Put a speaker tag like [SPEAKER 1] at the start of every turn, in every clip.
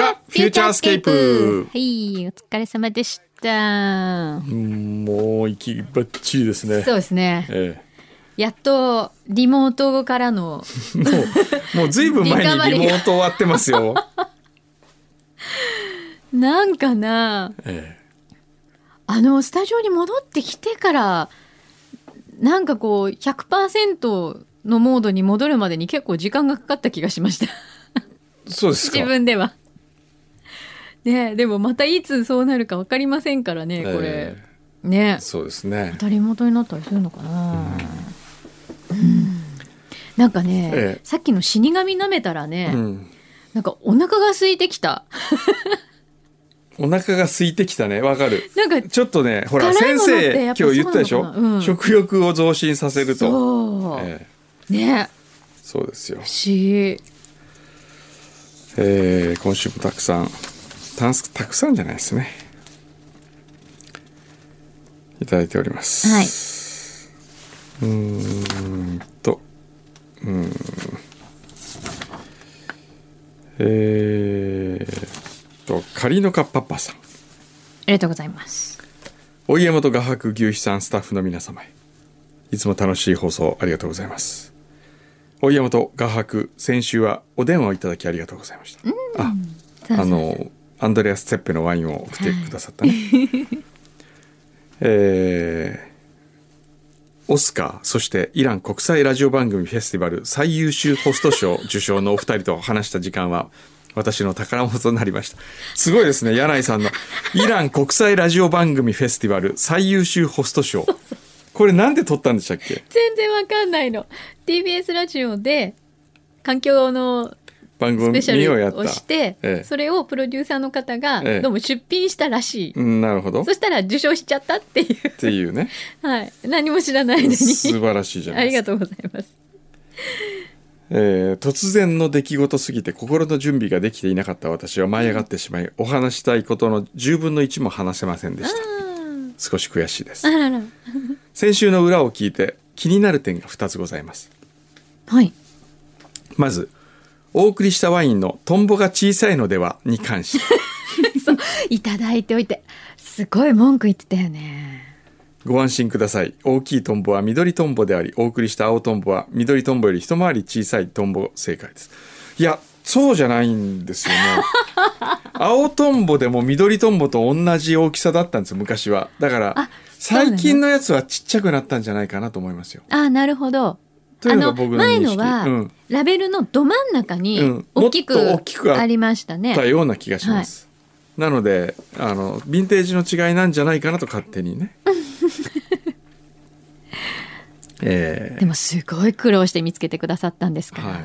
[SPEAKER 1] アスケープ
[SPEAKER 2] はい、お疲れ様でした。
[SPEAKER 1] うんもう息ばっちりですね
[SPEAKER 2] そうですね。
[SPEAKER 1] え
[SPEAKER 2] やっとリモートからの、
[SPEAKER 1] え、もうもうずいぶん前
[SPEAKER 2] リカバ
[SPEAKER 1] に
[SPEAKER 2] リー
[SPEAKER 1] リモート終わってま すよ、
[SPEAKER 2] なんかな、
[SPEAKER 1] え
[SPEAKER 2] あの、スタジオに戻ってきてから、なんかこう、100%のモードに戻るまでに結構時間がかかった気がしました。
[SPEAKER 1] え、そうですか
[SPEAKER 2] 自分では。ねえでもまたいつそうなるか分かりませんからね、これ。
[SPEAKER 1] え
[SPEAKER 2] ね
[SPEAKER 1] えそうですね
[SPEAKER 2] ま、たリモートになったりするのかな、うんなんかね、
[SPEAKER 1] ええ
[SPEAKER 2] さっきの死神舐めたらね、
[SPEAKER 1] うん、
[SPEAKER 2] なんかお腹が空いてきた。
[SPEAKER 1] お腹が空いてきたねわかる
[SPEAKER 2] なんか、
[SPEAKER 1] ちょっとねほら
[SPEAKER 2] 辛い
[SPEAKER 1] 先
[SPEAKER 2] ものってや
[SPEAKER 1] 生
[SPEAKER 2] っ
[SPEAKER 1] 今
[SPEAKER 2] ぱ
[SPEAKER 1] 日
[SPEAKER 2] そう
[SPEAKER 1] 言ったでしょ
[SPEAKER 2] なの、かなうん
[SPEAKER 1] 食欲を増進させると
[SPEAKER 2] そう、
[SPEAKER 1] ええ、
[SPEAKER 2] ね
[SPEAKER 1] そうですよ
[SPEAKER 2] 不、思議。
[SPEAKER 1] ええ、今週もたくさんたんすたくさんじゃないですねいただいております
[SPEAKER 2] はいう
[SPEAKER 1] ーんとうーんえー、と仮のかパパさん
[SPEAKER 2] ありがとうございます。
[SPEAKER 1] お家元画伯牛肥さんスタッフの皆様へいつも楽しい放送ありがとうございますお家元画伯先週はお電話をいただきありがとうございましたあ
[SPEAKER 2] そうそう
[SPEAKER 1] あのアンドレアス・ツェッペのワインを送ってくださったね、 えーオスカーそしてイラン国際ラジオ番組フェスティバル最優秀ホスト賞受賞のお二人と話した時間は私の宝物となりましたすごいですね柳井さんのイラン国際ラジオ番組フェスティバル最優秀ホスト賞これなんで取ったんでしたっけ
[SPEAKER 2] 全然わかんないの。TBS ラジオで、環境の
[SPEAKER 1] 番
[SPEAKER 2] ス
[SPEAKER 1] 組
[SPEAKER 2] ペシャ
[SPEAKER 1] をやっ
[SPEAKER 2] ル
[SPEAKER 1] た
[SPEAKER 2] をして、
[SPEAKER 1] ええ
[SPEAKER 2] それをプロデューサーの方が、
[SPEAKER 1] ええ
[SPEAKER 2] どうも出品したらしい。
[SPEAKER 1] うんなるほどっ
[SPEAKER 2] そしたら受賞しちゃったっていう。
[SPEAKER 1] ていう ね
[SPEAKER 2] はい。何も知らないのに。
[SPEAKER 1] 素晴らしいじゃ な
[SPEAKER 2] あ
[SPEAKER 1] い
[SPEAKER 2] り
[SPEAKER 1] です
[SPEAKER 2] が
[SPEAKER 1] か
[SPEAKER 2] とうございます。
[SPEAKER 1] えー突然の出来事すぎて心の準備ができていなかった私は舞い上がってしまいお話したいことの10分の1も話せませんでした少し悔しいです
[SPEAKER 2] あらら。
[SPEAKER 1] 先週の裏を聞いて気になる点が2つございます
[SPEAKER 2] はい。
[SPEAKER 1] まずお送りしたワインのトンボが小さいのではに関して
[SPEAKER 2] そう、いただいておいて。すごい文句言ってたよね。
[SPEAKER 1] ご安心ください大きいトンボは緑トンボでありお送りした青トンボは緑トンボより一回り小さいトンボ正解ですいやそうじゃないんですよね青トンボでも緑トンボと同じ大きさだったんですよ昔はだから
[SPEAKER 2] あそうなの
[SPEAKER 1] 最近のやつはちっちゃくなったんじゃないかなと思いますよ
[SPEAKER 2] あ、なるほど。
[SPEAKER 1] というのが
[SPEAKER 2] あ
[SPEAKER 1] 僕の認
[SPEAKER 2] 前
[SPEAKER 1] 識
[SPEAKER 2] のは、
[SPEAKER 1] うん
[SPEAKER 2] ラベルのど真ん中
[SPEAKER 1] う
[SPEAKER 2] に
[SPEAKER 1] ん
[SPEAKER 2] 大き
[SPEAKER 1] もっと
[SPEAKER 2] く
[SPEAKER 1] 大きくあ
[SPEAKER 2] ありましたね。
[SPEAKER 1] たような気がします、なのであのヴィンテージの違いなんじゃないかなと勝手にねえ
[SPEAKER 2] でもすごい苦労して見つけてくださったんです
[SPEAKER 1] ー
[SPEAKER 2] から。
[SPEAKER 1] はい、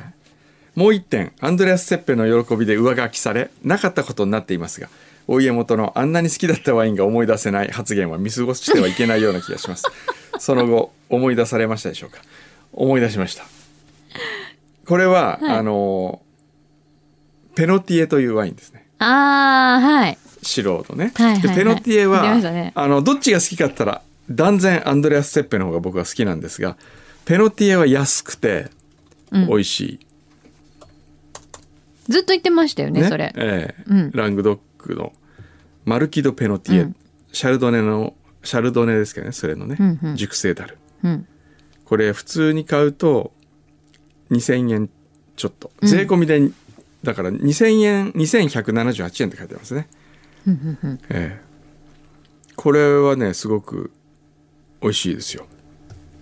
[SPEAKER 1] もう一点アンドレアス・セッペの喜びで上書きされなかったことになっていますがお家元のあんなに好きだったワインが思い出せない発言は見過ごしてはいけないような気がします その後思い出されましたでしょうか思い出しましたこれは、
[SPEAKER 2] はい
[SPEAKER 1] あのペノティエというワインですね
[SPEAKER 2] ああ、はい。
[SPEAKER 1] 白のね、
[SPEAKER 2] はいはいはい
[SPEAKER 1] でペノティエ
[SPEAKER 2] 出ま
[SPEAKER 1] は、
[SPEAKER 2] したね
[SPEAKER 1] あのどっちが好きかって言ったら断然アンドレアス・セッペの方が僕は好きなんですがペノティエは安くて
[SPEAKER 2] うん
[SPEAKER 1] 美味しい、
[SPEAKER 2] ずっと言ってましたよね、それ。
[SPEAKER 1] ええ
[SPEAKER 2] うん
[SPEAKER 1] ラングドックのマルキド・ペノティエ、
[SPEAKER 2] うん
[SPEAKER 1] シャルドネのシャルドネですけどねそれのね、
[SPEAKER 2] うんうん
[SPEAKER 1] 熟成樽
[SPEAKER 2] うん。
[SPEAKER 1] これ普通に買うと2000円ちょっと税込みで、だから2000円2178円って書いてますね
[SPEAKER 2] うんうんうん
[SPEAKER 1] ええ、これはねすごく美味しいですよ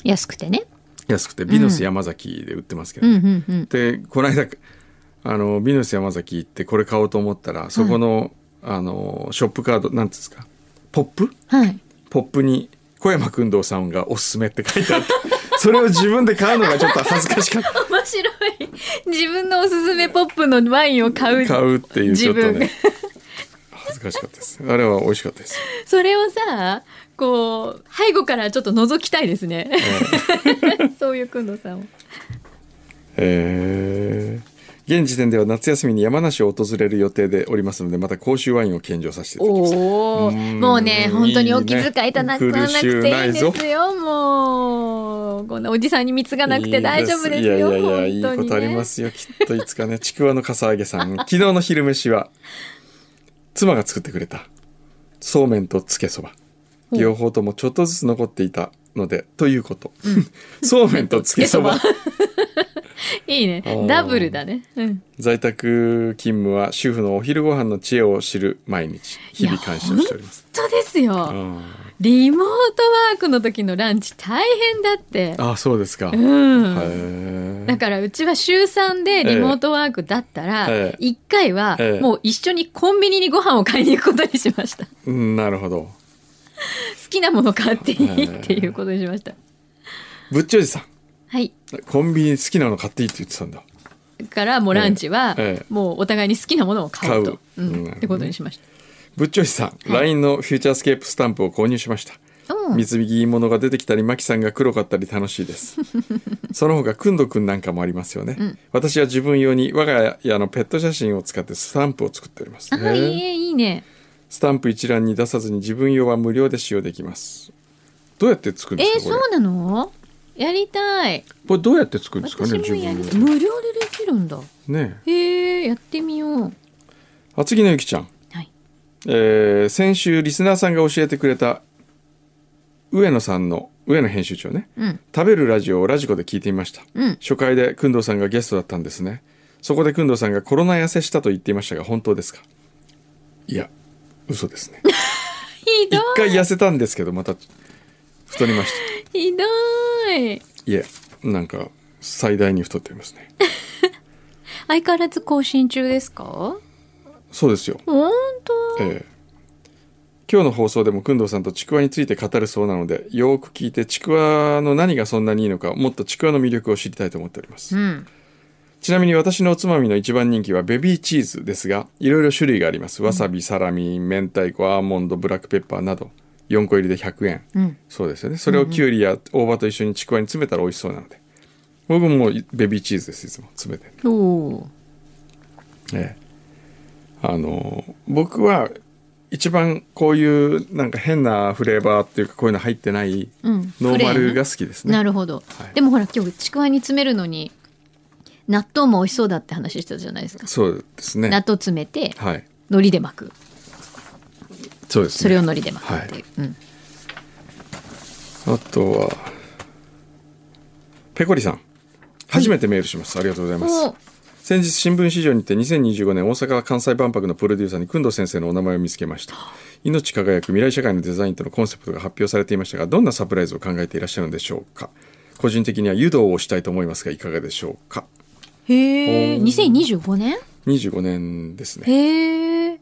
[SPEAKER 2] 安くてね。
[SPEAKER 1] 安くてビノス山崎で売ってますけど、
[SPEAKER 2] うんうんうん。
[SPEAKER 1] でこの間あのビノス山崎行ってこれ買おうと思ったらそこの,、あのショップカードなんていうんですかポップ
[SPEAKER 2] はい。
[SPEAKER 1] ポップに小山君堂さんがおすすめって書いて あってそれを自分で買うのがちょっと恥ずかしかった
[SPEAKER 2] 面白い。自分のおすすめポップのワインを買う。
[SPEAKER 1] 買うっていうちょっと
[SPEAKER 2] 自分
[SPEAKER 1] ね恥ずかしかったですあれは美味しかったです
[SPEAKER 2] それをさ、こう、背後からちょっと覗きたいですね。 そういうくんのさんを。
[SPEAKER 1] えー現時点では夏休みに山梨を訪れる予定でおりますのでまた甲州ワインを献上させていただきます
[SPEAKER 2] おお、
[SPEAKER 1] ん
[SPEAKER 2] もうね、本当にお気遣いいただかなくていい
[SPEAKER 1] 苦しゅうない
[SPEAKER 2] ん
[SPEAKER 1] ぞ
[SPEAKER 2] ですよ。もう、こんなおじさんに蜜がなくて大丈夫ですよ。
[SPEAKER 1] いいですいやいやいやいい
[SPEAKER 2] 本当
[SPEAKER 1] こ
[SPEAKER 2] に
[SPEAKER 1] とあり
[SPEAKER 2] ね
[SPEAKER 1] ますよきっといつかねちくわのかさあげさん昨日の昼飯は妻が作ってくれたそうめんとつけそば
[SPEAKER 2] ほう
[SPEAKER 1] 両方ともちょっとずつ残っていたのでということ、 そうめんとつけそ ば
[SPEAKER 2] つけいいね
[SPEAKER 1] あー
[SPEAKER 2] ダブルだね、うん、
[SPEAKER 1] 在宅勤務は主婦のお昼ご飯の知恵を知る毎日日々感謝しております
[SPEAKER 2] 本当です
[SPEAKER 1] あ
[SPEAKER 2] よ
[SPEAKER 1] ー
[SPEAKER 2] リモートワークの時のランチ大変だって
[SPEAKER 1] あーそうですか、
[SPEAKER 2] うん、
[SPEAKER 1] へ
[SPEAKER 2] だ
[SPEAKER 1] え
[SPEAKER 2] からうちは週3でリモートワークだったら、
[SPEAKER 1] ええ
[SPEAKER 2] 1回は
[SPEAKER 1] ええ
[SPEAKER 2] もう一緒にコンビニにご飯を買いに行くことにしま した。好
[SPEAKER 1] うんなるほど
[SPEAKER 2] きなもの買っていい
[SPEAKER 1] ええ
[SPEAKER 2] っていうことにしました。
[SPEAKER 1] ぶっちょじさん
[SPEAKER 2] はい。
[SPEAKER 1] コンビニ好きなの買っていいって言ってたんだ
[SPEAKER 2] だからもうランチは
[SPEAKER 1] ええ
[SPEAKER 2] もうお互いに好きなものを買うと。
[SPEAKER 1] 買
[SPEAKER 2] う
[SPEAKER 1] う
[SPEAKER 2] ん
[SPEAKER 1] うん
[SPEAKER 2] ってことにしまし
[SPEAKER 1] ぶっちょじさん、LINE のフューチャースケープスタンプを購入しました
[SPEAKER 2] た。うん
[SPEAKER 1] 水引き物が出てきたりマキさんが黒かったり楽しいですその他くんどくんなんかもありますよね、私は自分用に我が家のペット写真を使ってスタンプを作っております
[SPEAKER 2] あ、いいね、いいね。
[SPEAKER 1] スタンプ一覧に出さずに自分用は無料で使用できますどうやって作るん
[SPEAKER 2] え
[SPEAKER 1] です
[SPEAKER 2] ー
[SPEAKER 1] か、これ
[SPEAKER 2] そうなのやりたい。
[SPEAKER 1] これどうやって作るんですかね
[SPEAKER 2] 私もやりたい。
[SPEAKER 1] 自分
[SPEAKER 2] 無料でできるんだ。
[SPEAKER 1] 用ねえ
[SPEAKER 2] へえ、やってみよう。
[SPEAKER 1] 厚木のゆきちゃん
[SPEAKER 2] はい。
[SPEAKER 1] えー先週リスナーさんが教えてくれた上野さんの上野編集長ね
[SPEAKER 2] うん。
[SPEAKER 1] 食べるラジオをラジコで聞いてみました
[SPEAKER 2] うん。
[SPEAKER 1] 初回で工藤さんがゲストだったんですねそこで工藤さんがコロナ痩せしたと言っていましたが本当ですかいや嘘です ね
[SPEAKER 2] ひど
[SPEAKER 1] 一回痩せたんですけどまた太りまし
[SPEAKER 2] い。ひどい。
[SPEAKER 1] たいえなんか最大に太っていますね
[SPEAKER 2] 相変わらず更新中ですか
[SPEAKER 1] そうですよ
[SPEAKER 2] 本当、
[SPEAKER 1] ええ今日の放送でも工藤さんとちくわについて語るそうなのでよーく聞いてちくわの何がそんなにいいのかもっとちくわの魅力を知りたいと思っております
[SPEAKER 2] うん。
[SPEAKER 1] ちなみに私のおつまみの一番人気はベビーチーズですがいろいろ種類がありますわさびサラミ明太子アーモンドブラックペッパーなど4個入りで100円
[SPEAKER 2] うん。
[SPEAKER 1] そうですよねそれをきゅうりや大葉と一緒にちくわに詰めたら美味しそうなので僕もベビーチーズですいつも詰めて
[SPEAKER 2] おお。
[SPEAKER 1] ええ、あの僕は一番こういうなんか変なフレーバーっていうかこういうの入ってない
[SPEAKER 2] うん。
[SPEAKER 1] ノーマ
[SPEAKER 2] プ
[SPEAKER 1] ルが
[SPEAKER 2] レーン
[SPEAKER 1] 好きです
[SPEAKER 2] ね
[SPEAKER 1] ね。
[SPEAKER 2] なるほど、
[SPEAKER 1] はい
[SPEAKER 2] でもほら今日ちくわに詰めるのに納豆も美味しそうだって話したじゃないですか。
[SPEAKER 1] そうですね。
[SPEAKER 2] 納豆詰めて
[SPEAKER 1] はい。
[SPEAKER 2] 海苔で巻く。
[SPEAKER 1] そうですね。
[SPEAKER 2] それを海苔で巻くっていう。うん。
[SPEAKER 1] あとはペコリさん初めてメールします。ありがとうございます。
[SPEAKER 2] お
[SPEAKER 1] 先日新聞市場にて2025年大阪・関西万博のプロデューサーに工藤先生のお名前を見つけました命輝く未来社会のデザインとのコンセプトが発表されていましたがどんなサプライズを考えていらっしゃるのでしょうか個人的には誘導をしたいと思いますがいかがでしょうか
[SPEAKER 2] へえ。
[SPEAKER 1] おー
[SPEAKER 2] 2025年？
[SPEAKER 1] 25年ですね
[SPEAKER 2] へえ。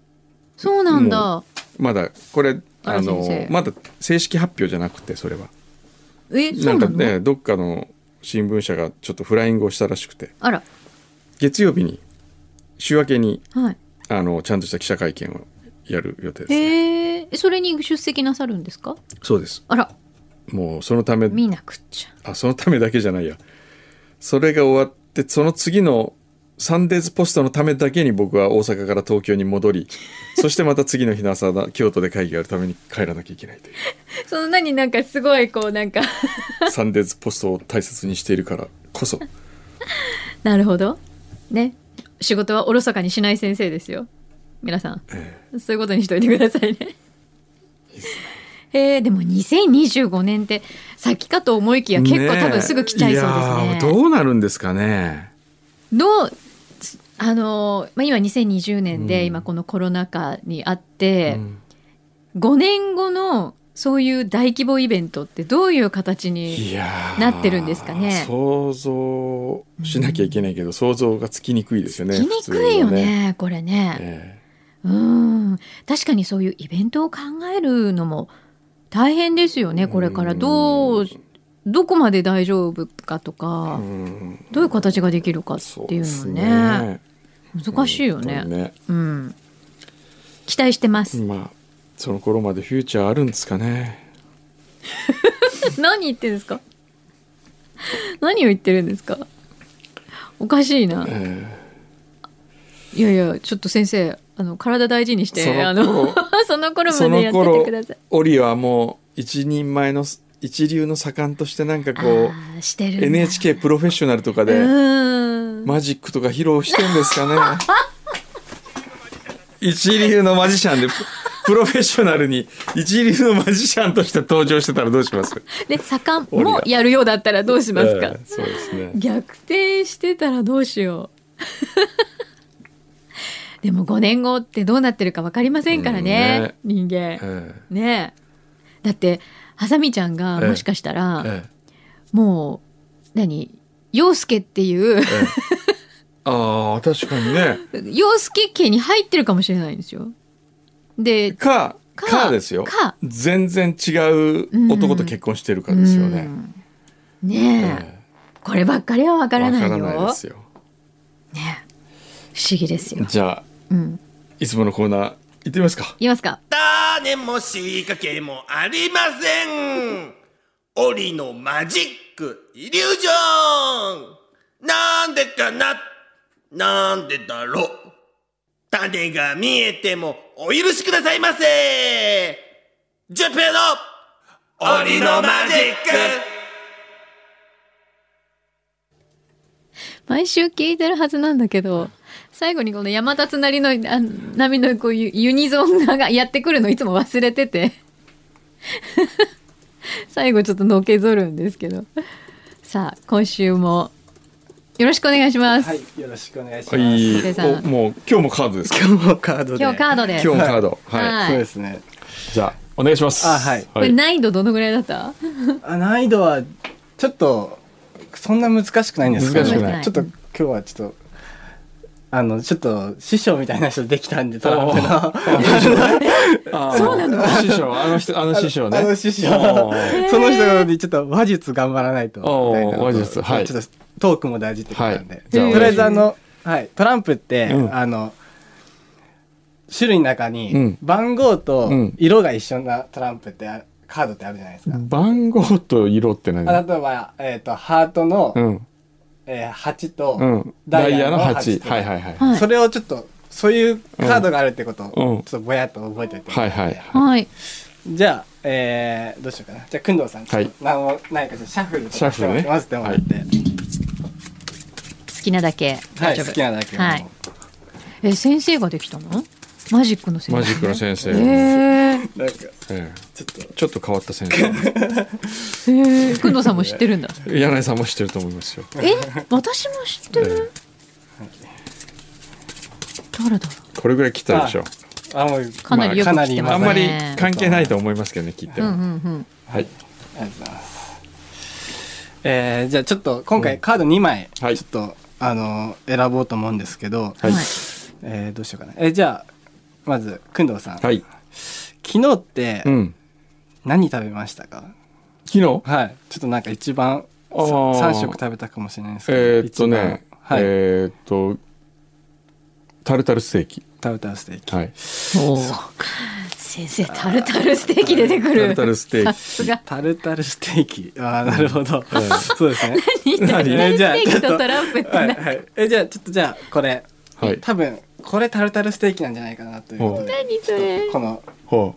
[SPEAKER 2] そうなんだ。
[SPEAKER 1] まだこれ
[SPEAKER 2] あら
[SPEAKER 1] あの
[SPEAKER 2] 先生
[SPEAKER 1] まだ正式発表じゃなくてそれは
[SPEAKER 2] え、そ
[SPEAKER 1] な
[SPEAKER 2] うんな
[SPEAKER 1] か
[SPEAKER 2] の？
[SPEAKER 1] ねどっかの新聞社がちょっとフライングをしたらしくて
[SPEAKER 2] あら、
[SPEAKER 1] 月曜日に週明けに
[SPEAKER 2] はい。
[SPEAKER 1] あのちゃんとした記者会見をやる予定です、ね、
[SPEAKER 2] へえ。それに出席なさるんですか？
[SPEAKER 1] そうです
[SPEAKER 2] あら、
[SPEAKER 1] もうそのため
[SPEAKER 2] 見なくっちゃ。
[SPEAKER 1] あそのためだけじゃないやそれが終わってその次のサンデーズポストのためだけに僕は大阪から東京に 戻りそしてまた次の日の朝だ京都で会議があるために帰らなきゃいけないという
[SPEAKER 2] その何なんかすごいこうなんか
[SPEAKER 1] サンデーズポストを大切にしているからこそ
[SPEAKER 2] なるほどね仕事はおろそかにしない先生ですよ皆さん
[SPEAKER 1] え
[SPEAKER 2] そういうことにしといてくださいねえー、でも2025年って先かと思いきや結構
[SPEAKER 1] ねえ
[SPEAKER 2] 多分すぐ来ちゃいそう
[SPEAKER 1] い
[SPEAKER 2] で
[SPEAKER 1] やー
[SPEAKER 2] すね
[SPEAKER 1] どうなるんですかね
[SPEAKER 2] どうあのーまあ、今2020年
[SPEAKER 1] う
[SPEAKER 2] で
[SPEAKER 1] ん
[SPEAKER 2] 今このコロナ禍にあって、
[SPEAKER 1] うん
[SPEAKER 2] 5年後のそういう大規模イベントってどういう形に
[SPEAKER 1] いやー
[SPEAKER 2] なってるんですかね
[SPEAKER 1] 想像しなきゃいけないけど、想像がつきにくいですよね
[SPEAKER 2] 来にくいよねこれね
[SPEAKER 1] 普通はねえ
[SPEAKER 2] うん確かにそういうイベントを考えるのも大変ですよねこれから
[SPEAKER 1] うん
[SPEAKER 2] どうどこまで大丈夫かと
[SPEAKER 1] え
[SPEAKER 2] か
[SPEAKER 1] うん
[SPEAKER 2] どういう形ができるかっ
[SPEAKER 1] そう
[SPEAKER 2] てい
[SPEAKER 1] で
[SPEAKER 2] うの
[SPEAKER 1] す
[SPEAKER 2] ね
[SPEAKER 1] ね
[SPEAKER 2] 難しいよ
[SPEAKER 1] 本
[SPEAKER 2] ね
[SPEAKER 1] 当にね
[SPEAKER 2] うん期待してます
[SPEAKER 1] まあその頃までフューチャーあるんですかね
[SPEAKER 2] 何言ってるんですか何を言ってるんですかおかしいな
[SPEAKER 1] え
[SPEAKER 2] いやいやちょっと先生あの体大事にして
[SPEAKER 1] その頃
[SPEAKER 2] あの その頃までやっててください
[SPEAKER 1] ーオリはもう一人前の一流の盛んとしてなんかこ
[SPEAKER 2] あーしてるん
[SPEAKER 1] う
[SPEAKER 2] だ
[SPEAKER 1] NHK プロフェッショナルとか
[SPEAKER 2] う
[SPEAKER 1] で
[SPEAKER 2] ん
[SPEAKER 1] マジックとか披露してんですかね一流のマジシャンでププロフェッショナルに一流のマジシャンとして登場してたらどうします
[SPEAKER 2] で左官もやるようだったらどうしますか
[SPEAKER 1] ええそうですね
[SPEAKER 2] 逆転してたらどう しようでも5年後ってどうなってるか分かりませんからね,、人間
[SPEAKER 1] え
[SPEAKER 2] ねえだってハサミちゃんが
[SPEAKER 1] ええ
[SPEAKER 2] もしかしたら、
[SPEAKER 1] えええ
[SPEAKER 2] もう何陽介っていう
[SPEAKER 1] えああ確かにね
[SPEAKER 2] 陽介家に入ってるかもしれないんですよで
[SPEAKER 1] か
[SPEAKER 2] か
[SPEAKER 1] かですよ
[SPEAKER 2] か
[SPEAKER 1] 全然違う男と結婚してるからですよね、
[SPEAKER 2] うんねえ、
[SPEAKER 1] え
[SPEAKER 2] こればっかりは分からないよ
[SPEAKER 1] わからないですよ
[SPEAKER 2] ねえ不思議ですよ、
[SPEAKER 1] じゃあ
[SPEAKER 2] うん、
[SPEAKER 1] いつものコーナー行ってみますか
[SPEAKER 2] いきますか
[SPEAKER 3] 種も仕掛けもありません檻のマジックイリュージョンなんでかななんでだろう種が見えてもお許しくださいませジュンペイの檻のマジック
[SPEAKER 2] 毎週聞いてるはずなんだけど最後にこの山立なりのあ波のこういうユニゾンがやってくるのいつも忘れてて 最後ちょっとのけぞるんですけどさあ今週もよろしくお願いします、
[SPEAKER 4] はい、よろしくお願いします。
[SPEAKER 1] はい
[SPEAKER 2] さん
[SPEAKER 1] おもう今日もカードですか
[SPEAKER 4] 今日もカードで。
[SPEAKER 2] 今日カードです
[SPEAKER 1] 今日もカードはい、
[SPEAKER 2] はい
[SPEAKER 4] そうですね。
[SPEAKER 1] じゃあお願いします
[SPEAKER 4] あはい
[SPEAKER 2] これ難易度どのぐらいだった
[SPEAKER 4] あ難易度はちょっとそんな難しくないんですけど、
[SPEAKER 1] 難しく
[SPEAKER 2] ない
[SPEAKER 4] ちょっと今日はちょっとあのちょっと師匠みたいな人できたんでトランプのあ
[SPEAKER 1] そうなの師匠あの人あの師匠 ね
[SPEAKER 4] の師匠
[SPEAKER 1] お
[SPEAKER 4] その人にちょっと話術頑張らないと
[SPEAKER 1] おー
[SPEAKER 4] みたいなこと
[SPEAKER 1] 話術はい
[SPEAKER 4] ちょっとトークも大事ってことなんで、
[SPEAKER 1] はい
[SPEAKER 2] じゃあ
[SPEAKER 4] とりあえずあの、はい、トランプって、
[SPEAKER 1] うん
[SPEAKER 4] あの種類の中
[SPEAKER 1] う
[SPEAKER 4] に
[SPEAKER 1] ん
[SPEAKER 4] 番号と
[SPEAKER 1] うん
[SPEAKER 4] 色が一緒なトランプってあカードってあるじゃないですか。
[SPEAKER 1] 番号と色って何
[SPEAKER 4] あ例えば、えっとハートの、
[SPEAKER 1] うん
[SPEAKER 4] えー8と、
[SPEAKER 1] うんダイヤの8はいはいはい
[SPEAKER 2] はい
[SPEAKER 4] それをちょっとそういうカードがあるってことを、
[SPEAKER 1] うん
[SPEAKER 4] ちょっとぼやっと覚えておいて、
[SPEAKER 1] はいはい
[SPEAKER 2] はい
[SPEAKER 4] じゃあ、えー、どうしようかなじゃあ工藤さん、
[SPEAKER 1] はい
[SPEAKER 4] ちょっと何を何かちょっとシャッフルとか
[SPEAKER 1] シャッフルね
[SPEAKER 4] してもらって混ぜてもらって
[SPEAKER 2] 好きなだけ
[SPEAKER 4] はい、
[SPEAKER 2] 大丈夫
[SPEAKER 4] 好きなだけ、
[SPEAKER 2] はい、え先生ができたのマジックの先生
[SPEAKER 1] マジックの先生、
[SPEAKER 2] へえ
[SPEAKER 4] なんか
[SPEAKER 1] ええ
[SPEAKER 4] ちょっと
[SPEAKER 1] ちょっと変わった先 生
[SPEAKER 2] へえ くんのさんも知ってるんだ
[SPEAKER 1] 柳井さんも知ってると思いますよ、
[SPEAKER 2] え私も知ってる誰だろ
[SPEAKER 1] これぐらい切ったでしょ
[SPEAKER 4] あもう
[SPEAKER 2] かなりよく来てま
[SPEAKER 1] あ
[SPEAKER 2] あ
[SPEAKER 1] ん
[SPEAKER 2] すね
[SPEAKER 1] まり関係ないと思いますけどね切って
[SPEAKER 2] うう
[SPEAKER 1] も、
[SPEAKER 2] んうん
[SPEAKER 1] はい
[SPEAKER 4] ありがとうございます。えー、じゃあちょっと今回カード2枚、
[SPEAKER 1] はい
[SPEAKER 4] ちょっとあの選ぼうと思うんですけど、
[SPEAKER 2] う
[SPEAKER 1] は
[SPEAKER 2] ん
[SPEAKER 1] い
[SPEAKER 2] はい
[SPEAKER 4] えー、どうしようかな。えー、じゃあまず工藤さん、
[SPEAKER 1] はい
[SPEAKER 4] 昨日って
[SPEAKER 1] うん
[SPEAKER 4] 何食べましたか、
[SPEAKER 1] 昨日
[SPEAKER 4] はい。ちょっとなんか一番
[SPEAKER 1] あー
[SPEAKER 4] 三食食べたかもしれないですけど、
[SPEAKER 1] えー、っとね
[SPEAKER 4] 一、番はい、
[SPEAKER 1] えー、っとタルタルステーキ
[SPEAKER 4] タルタルステーキ。
[SPEAKER 1] はい
[SPEAKER 2] おー先生タルタルステーキ出てく
[SPEAKER 1] タ
[SPEAKER 2] る
[SPEAKER 1] ルタルステー
[SPEAKER 2] さ
[SPEAKER 1] キ
[SPEAKER 2] すが
[SPEAKER 4] タルタルステーキ。ああなるほど。そうですね。
[SPEAKER 2] タルタルステーキと
[SPEAKER 4] と
[SPEAKER 2] トランプってな
[SPEAKER 4] はいはい。えじゃあちょっとじゃあこれ、
[SPEAKER 1] はい
[SPEAKER 4] 多分これタルタルステーキなんじゃないかなということで。
[SPEAKER 2] 何それ
[SPEAKER 4] ちょっとこの
[SPEAKER 1] ほうこ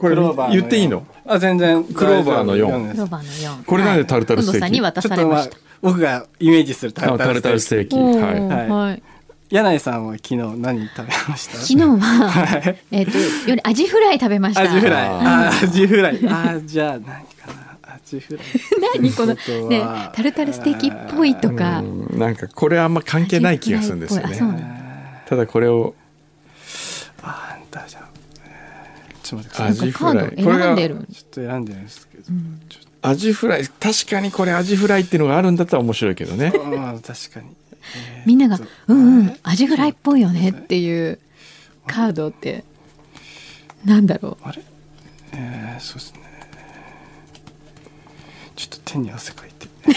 [SPEAKER 4] ク
[SPEAKER 1] れ
[SPEAKER 4] ローバーの
[SPEAKER 1] 言っていいの
[SPEAKER 4] あ全然
[SPEAKER 1] クローバーの四
[SPEAKER 4] 大丈夫です
[SPEAKER 2] ロバの四
[SPEAKER 1] これなんでタルタルステ
[SPEAKER 2] くん
[SPEAKER 1] ーキ
[SPEAKER 2] のさんに渡
[SPEAKER 4] ちょ
[SPEAKER 2] さ
[SPEAKER 4] っ
[SPEAKER 2] れ
[SPEAKER 4] とま
[SPEAKER 2] ま
[SPEAKER 4] あ
[SPEAKER 2] した
[SPEAKER 4] 僕がイメージするタ
[SPEAKER 1] あ
[SPEAKER 4] ルタ
[SPEAKER 1] タ
[SPEAKER 4] ル
[SPEAKER 1] ル
[SPEAKER 4] ステ
[SPEAKER 1] タルステ
[SPEAKER 4] ー
[SPEAKER 1] ー
[SPEAKER 4] キ。
[SPEAKER 1] キ
[SPEAKER 2] お
[SPEAKER 1] はい
[SPEAKER 4] は
[SPEAKER 2] ー
[SPEAKER 4] い
[SPEAKER 2] はい
[SPEAKER 4] 柳井さんは昨日何食べました？
[SPEAKER 2] 昨日はえっとよりアジフライ食べました
[SPEAKER 4] アジフライ。
[SPEAKER 1] あ
[SPEAKER 4] あーアジフライ。あーじゃあ何かな。アジフラ イ。
[SPEAKER 2] 何この
[SPEAKER 4] ということ
[SPEAKER 2] ね
[SPEAKER 4] は
[SPEAKER 2] タルタルステーキっぽいとか
[SPEAKER 1] うんなんかこれあんま関係ない気がするんですよ
[SPEAKER 2] アジフライっぽいあそうなん
[SPEAKER 1] ね
[SPEAKER 2] だ
[SPEAKER 1] ただこれを
[SPEAKER 4] あんたじゃんえーちょっと待ってくださ
[SPEAKER 1] ア
[SPEAKER 4] い。
[SPEAKER 1] ジ
[SPEAKER 2] カ
[SPEAKER 1] フラ
[SPEAKER 2] ー
[SPEAKER 1] イ
[SPEAKER 2] ド
[SPEAKER 1] これ
[SPEAKER 2] 選んでる
[SPEAKER 1] が
[SPEAKER 4] ちょっと選んでるんですけど。ちょっ
[SPEAKER 1] アジフライ確かにこれアジフライっていうのがあるんだったら面白いけ どね
[SPEAKER 4] と、うん、確かに。
[SPEAKER 2] みんなが「うんうんアジフライっぽいよね」っていうカードってなんだろ
[SPEAKER 4] あれえー、そうですね。ちょっと手に汗かいて。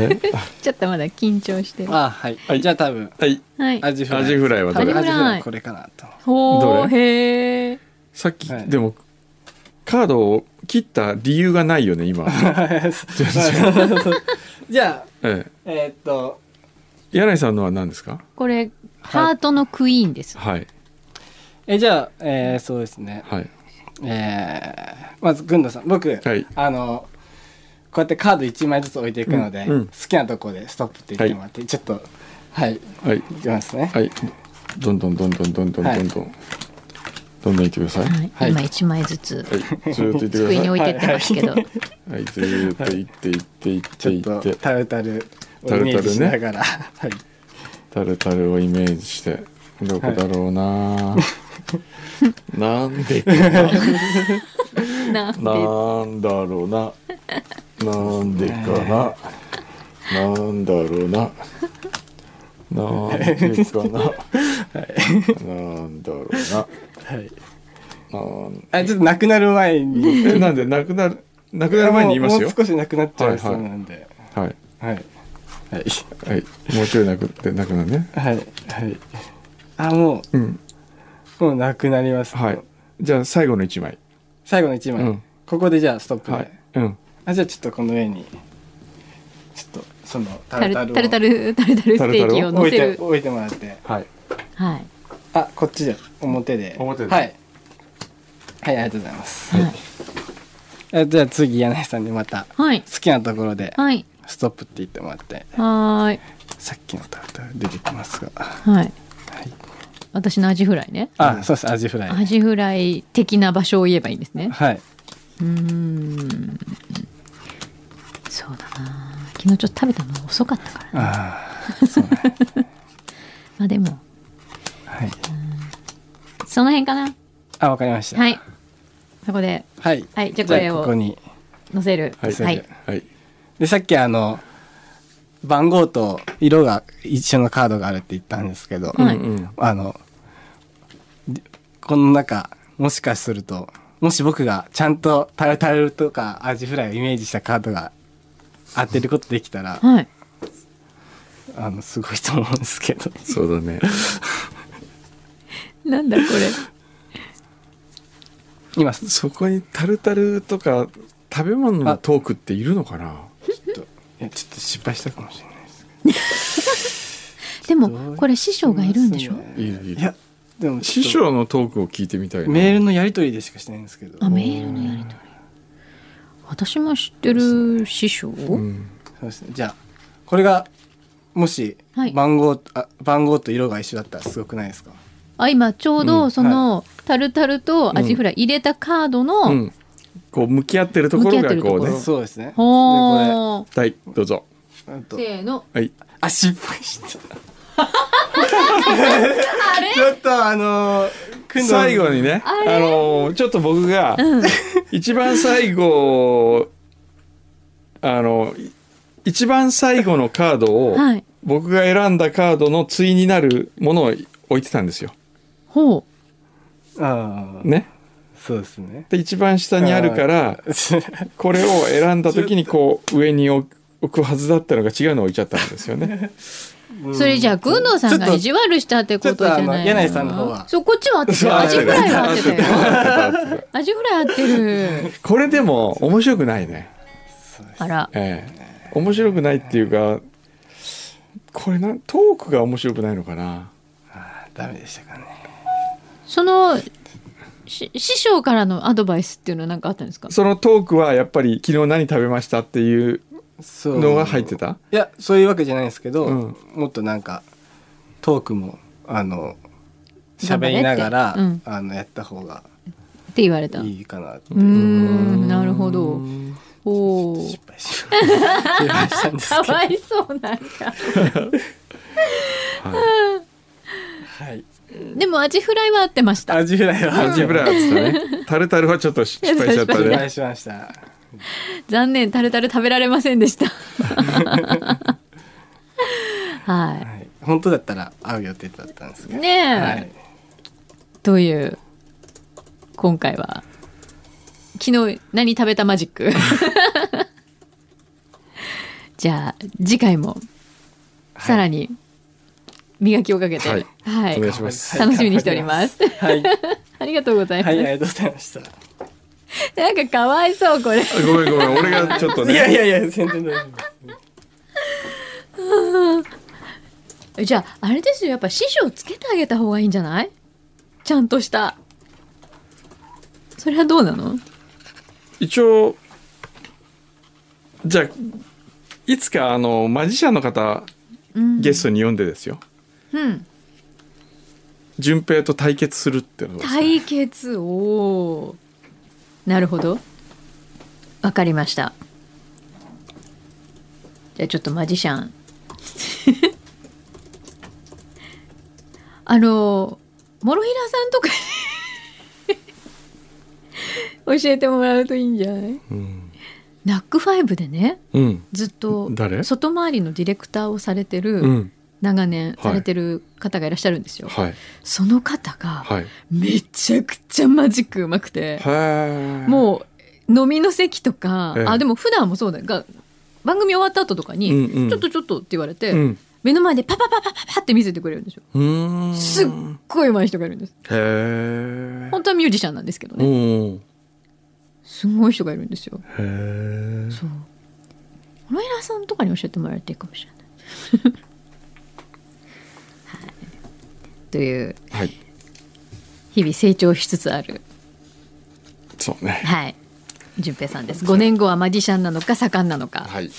[SPEAKER 1] ね
[SPEAKER 2] うちょっとまだ緊張してるは
[SPEAKER 4] あ、はい。
[SPEAKER 1] はい
[SPEAKER 4] じゃあ多分、
[SPEAKER 1] はい
[SPEAKER 2] い
[SPEAKER 4] アジフライ。
[SPEAKER 1] アジフライは
[SPEAKER 4] 多
[SPEAKER 2] ど
[SPEAKER 4] 分
[SPEAKER 2] れ
[SPEAKER 4] アジ
[SPEAKER 2] アジ
[SPEAKER 4] フ
[SPEAKER 2] フラ
[SPEAKER 4] ラ
[SPEAKER 2] イ
[SPEAKER 4] イこれかなと。
[SPEAKER 2] ほ
[SPEAKER 1] ど
[SPEAKER 2] うへえ
[SPEAKER 1] さっき、
[SPEAKER 4] はい
[SPEAKER 1] でもカードを切った理由がないよね今、
[SPEAKER 4] じゃあ、
[SPEAKER 1] ええ、
[SPEAKER 4] えーっと、
[SPEAKER 1] 柳井さんのは何ですか
[SPEAKER 2] これハートのクイーンです
[SPEAKER 1] はい
[SPEAKER 4] えじゃあ、えー、そうですね。
[SPEAKER 1] はい
[SPEAKER 4] えー、まず、軍藤さん。僕、
[SPEAKER 1] はい
[SPEAKER 4] あの、こうやってカード1枚ずつ置いていくので、
[SPEAKER 1] うんうん
[SPEAKER 4] 好きなところでストップって言ってもらって、ちょっと、はい、
[SPEAKER 1] はい
[SPEAKER 4] いきますね。
[SPEAKER 1] はいどんどんどんどんどんどんどんどん、
[SPEAKER 4] はい
[SPEAKER 1] どんどんいってください。
[SPEAKER 2] はい
[SPEAKER 4] はい
[SPEAKER 2] 今1枚ずつ
[SPEAKER 1] はい、ずーっといってくださ
[SPEAKER 2] 机
[SPEAKER 1] い
[SPEAKER 2] に。置いてってますけど、
[SPEAKER 4] はい
[SPEAKER 1] はい、ずーっといっていっていっ
[SPEAKER 4] ち
[SPEAKER 1] て
[SPEAKER 4] ょ
[SPEAKER 1] い
[SPEAKER 4] っ
[SPEAKER 1] っ
[SPEAKER 4] と
[SPEAKER 1] て、
[SPEAKER 4] タルタルを
[SPEAKER 1] タルタルね
[SPEAKER 4] イメージしながら、はい、
[SPEAKER 1] タルタルをイメージして、どこだろうな、 なんでか
[SPEAKER 2] なんで
[SPEAKER 1] な、なんだろうな、なんでかな、なんだろうな、なんでかな、なんだろうな、
[SPEAKER 4] はい、
[SPEAKER 1] なん
[SPEAKER 4] あちょっとなくなる前に
[SPEAKER 1] えなんでなくなるなくなる前に言います
[SPEAKER 4] もう
[SPEAKER 1] よ
[SPEAKER 4] もう。少しなくなっちゃいそうなんで
[SPEAKER 1] はい
[SPEAKER 4] はいは
[SPEAKER 1] は
[SPEAKER 4] い
[SPEAKER 1] いもうちょいなくってなくなるね。
[SPEAKER 4] はい、はい、あも
[SPEAKER 1] うん
[SPEAKER 4] うもうなくなります、
[SPEAKER 1] はい。じゃあ最後の一枚。
[SPEAKER 4] 最後の一枚、
[SPEAKER 1] うん
[SPEAKER 4] ここでじゃあストップで、
[SPEAKER 1] はい。うん。
[SPEAKER 4] あじゃあちょっとこの上にちょっとそのタ
[SPEAKER 2] タ
[SPEAKER 4] ル
[SPEAKER 2] ル
[SPEAKER 4] タ
[SPEAKER 2] タ
[SPEAKER 4] ルを
[SPEAKER 2] ルタルタルタルステーキを乗
[SPEAKER 4] 置い
[SPEAKER 2] せ
[SPEAKER 4] て
[SPEAKER 2] る
[SPEAKER 4] 置いてもらって
[SPEAKER 1] はい。
[SPEAKER 2] はい
[SPEAKER 4] あこっちで表で
[SPEAKER 1] 表で
[SPEAKER 4] はいはいありがとうございます
[SPEAKER 2] はい
[SPEAKER 4] あじゃあ次柳井さんにまた
[SPEAKER 2] はい
[SPEAKER 4] 好きなところで
[SPEAKER 2] はい
[SPEAKER 4] ストップって言ってもらって
[SPEAKER 2] はーい
[SPEAKER 4] さっきのタルタル出てきますがは
[SPEAKER 2] はい
[SPEAKER 4] い
[SPEAKER 2] 私のアジフライね
[SPEAKER 4] あそうですアジフライ
[SPEAKER 2] アジフライ的な場所を言えばいいんですね
[SPEAKER 4] はいう
[SPEAKER 2] ーんそうだな昨日ちょっと食べたの遅かったから、ね、
[SPEAKER 4] ああそうね
[SPEAKER 2] まあでも
[SPEAKER 4] はい
[SPEAKER 2] その辺かな
[SPEAKER 4] あわかりました
[SPEAKER 2] はいそこで
[SPEAKER 4] はい
[SPEAKER 2] はいじゃあこれを
[SPEAKER 4] ここに
[SPEAKER 2] 載せる
[SPEAKER 1] はい。
[SPEAKER 2] はい
[SPEAKER 1] はい。
[SPEAKER 4] でさっきあの番号と色が一緒のカードがあるって言ったんですけど、
[SPEAKER 2] はい
[SPEAKER 1] うん。
[SPEAKER 4] あのでこの中もしかするともし僕がちゃんとタルタルとかアジフライをイメージしたカードが当てることできたら
[SPEAKER 2] はい
[SPEAKER 4] あのすごいと思うんですけど
[SPEAKER 1] そうだね。
[SPEAKER 2] なんだこれ
[SPEAKER 4] 今ちょ
[SPEAKER 1] そこにタルタルとか食べ物のトークっているのかな。
[SPEAKER 4] っといやちょっと失敗したかもしれないです
[SPEAKER 2] でもこれ師匠がいるんでしょ
[SPEAKER 1] いるい
[SPEAKER 4] い
[SPEAKER 1] る
[SPEAKER 4] や。でもち
[SPEAKER 1] 師
[SPEAKER 4] ょっと
[SPEAKER 1] 匠のトークを聞いてみたいな。
[SPEAKER 4] メールのやり取りでしかしてないんですけど
[SPEAKER 2] あメールのやり取り私も知ってる師匠、
[SPEAKER 1] うん。
[SPEAKER 4] そうですねじゃあこれがもし
[SPEAKER 2] はい
[SPEAKER 4] 番号,、あ番号と色が一緒だったらすごくないですか
[SPEAKER 2] あ今ちょう
[SPEAKER 1] う
[SPEAKER 2] ど
[SPEAKER 1] ん
[SPEAKER 2] その、タルタルとアジフライ入れたカードの、
[SPEAKER 1] うん。こう向き合ってるところが
[SPEAKER 2] 向
[SPEAKER 1] こ
[SPEAKER 2] き合ってるとこ
[SPEAKER 1] う
[SPEAKER 2] ろ
[SPEAKER 1] ね。
[SPEAKER 4] そうですねでこ
[SPEAKER 2] ほー
[SPEAKER 1] はい。どうぞ。
[SPEAKER 4] れあと
[SPEAKER 2] せーの
[SPEAKER 1] はい。
[SPEAKER 4] あ失敗した
[SPEAKER 2] あれ
[SPEAKER 4] ちょっとあのー、
[SPEAKER 1] 最後にね、あ
[SPEAKER 2] あれ
[SPEAKER 1] のーちょっと僕が、一番最後、あの、い一番最後のカードを、
[SPEAKER 2] はい
[SPEAKER 1] 僕が選んだカードの対になるものを置いてたんですよ。
[SPEAKER 2] ほう
[SPEAKER 4] ああ
[SPEAKER 1] ね。
[SPEAKER 4] そうですね
[SPEAKER 1] で、一番下にあるから、これを選んだ時にこう、上に置く置くはずだったのが違うのを置いちゃったんですよ ね。
[SPEAKER 2] それじゃあ、軍藤さんが意地悪したってことじゃない
[SPEAKER 4] ちょっとあの柳井さんの方は
[SPEAKER 2] そう、こっちは合ってたよ。アジフライは合ってたよ。
[SPEAKER 1] 合ってた合って
[SPEAKER 2] アジフライ合って る。
[SPEAKER 1] たこれでも面白くないね。
[SPEAKER 2] あら。
[SPEAKER 1] ええ、面白くないっていうかこれなんトークが面白くないのかな
[SPEAKER 4] あダメでしたかね
[SPEAKER 2] その、し師匠からのアドバイスっていうのは何かあったんですか
[SPEAKER 1] そのトークはやっぱり昨日何食べましたっていう
[SPEAKER 4] そう
[SPEAKER 1] のが入ってた
[SPEAKER 4] いやそういうわけじゃないですけど、
[SPEAKER 1] うん
[SPEAKER 4] もっとなんかトークもあの喋りながら、
[SPEAKER 2] 頑張れって
[SPEAKER 4] あのやった方が
[SPEAKER 2] って言われた。う
[SPEAKER 4] いいかなって
[SPEAKER 2] ーん、なるほど。おお。
[SPEAKER 4] 失敗しました失敗したんです
[SPEAKER 2] か
[SPEAKER 4] けど
[SPEAKER 2] わいそうなんか。
[SPEAKER 4] はい
[SPEAKER 2] でもアジフライは合ってました。
[SPEAKER 4] アジフライ
[SPEAKER 1] ア
[SPEAKER 4] は
[SPEAKER 1] ジフライはつったねタルタルはちょっと失敗しちゃった
[SPEAKER 4] 失
[SPEAKER 1] ね
[SPEAKER 4] 敗しました
[SPEAKER 2] 残念、タルタル食べられませんでした。は
[SPEAKER 4] はい本当だったら会う予定だったんですけ
[SPEAKER 2] い。
[SPEAKER 4] ど、
[SPEAKER 2] ねえ。
[SPEAKER 4] はい、
[SPEAKER 2] という今回は昨日何食べたマジックじゃあ次回もさらに磨きをかけて
[SPEAKER 1] は
[SPEAKER 2] はいい、
[SPEAKER 1] お願いします
[SPEAKER 2] 楽しみにしております
[SPEAKER 4] はい、はい、
[SPEAKER 2] ありがとうございま
[SPEAKER 4] あ
[SPEAKER 2] す、
[SPEAKER 4] り がとうございました
[SPEAKER 2] なんかかわいそうこれ
[SPEAKER 1] ごめんごめん俺がちょっと
[SPEAKER 4] いや
[SPEAKER 1] ね
[SPEAKER 4] いやいや全然大丈夫です
[SPEAKER 2] じゃああれですよやっぱ師匠つけてあげた方がいいんじゃないちゃんとしたそれはどうなの
[SPEAKER 1] 一応じゃあいつかあのマジシャンの方
[SPEAKER 2] うん
[SPEAKER 1] ゲストに呼んでですよ
[SPEAKER 2] うん
[SPEAKER 1] 順平と対決するっていうのはどうですか
[SPEAKER 2] 対決おーなるほどわかりましたじゃあちょっとマジシャン あの諸平さんとか 教えてもらうといいんじゃない
[SPEAKER 1] うん
[SPEAKER 2] ナックファイブでね
[SPEAKER 1] うん
[SPEAKER 2] ずっと
[SPEAKER 1] 誰
[SPEAKER 2] 外回りのディレクターをされてる、
[SPEAKER 1] うん
[SPEAKER 2] 長年
[SPEAKER 1] い
[SPEAKER 2] されてる方がいらっしゃるんですよ、
[SPEAKER 1] はい
[SPEAKER 2] その方が、
[SPEAKER 1] はいへ
[SPEAKER 2] めちゃくちゃマジックうまくて、
[SPEAKER 1] え
[SPEAKER 2] もう飲みの席とか、
[SPEAKER 1] ええ
[SPEAKER 2] あでも普段もそうだが番組終わった後とかに、
[SPEAKER 1] うんうん
[SPEAKER 2] ちょっとちょっとって言われて、
[SPEAKER 1] うん
[SPEAKER 2] 目の前でパパパパパパって見せてくれるんですよ。
[SPEAKER 1] うーん
[SPEAKER 2] すっごいうまい人がいるんです。
[SPEAKER 1] へえ
[SPEAKER 2] 本当はミュージシャンなんですけど
[SPEAKER 1] う
[SPEAKER 2] ね。
[SPEAKER 1] んへ
[SPEAKER 2] すごい人がいるんですよ。
[SPEAKER 1] え
[SPEAKER 2] そう。ロイラさんとかに教えてもらえるといいかもしれない。 はい。という
[SPEAKER 1] はい
[SPEAKER 2] 日々成長しつつある
[SPEAKER 1] そうね
[SPEAKER 2] はい順平さんです5年後はマジシャンなのか盛んなのか、
[SPEAKER 1] はい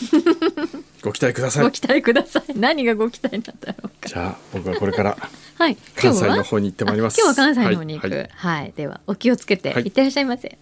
[SPEAKER 1] ご期待くださ
[SPEAKER 2] ご
[SPEAKER 1] い
[SPEAKER 2] 期待ください 何がご期待なんだろうか
[SPEAKER 1] じゃあ僕はこれから
[SPEAKER 2] はい
[SPEAKER 1] 関
[SPEAKER 2] 今
[SPEAKER 1] 西
[SPEAKER 2] 日は
[SPEAKER 1] の方に行ってまいります
[SPEAKER 2] あ今日は関西の方に行くは
[SPEAKER 1] は
[SPEAKER 2] いい、
[SPEAKER 1] はい
[SPEAKER 2] ではお気をつけて
[SPEAKER 1] はい
[SPEAKER 2] いってらっしゃいませ、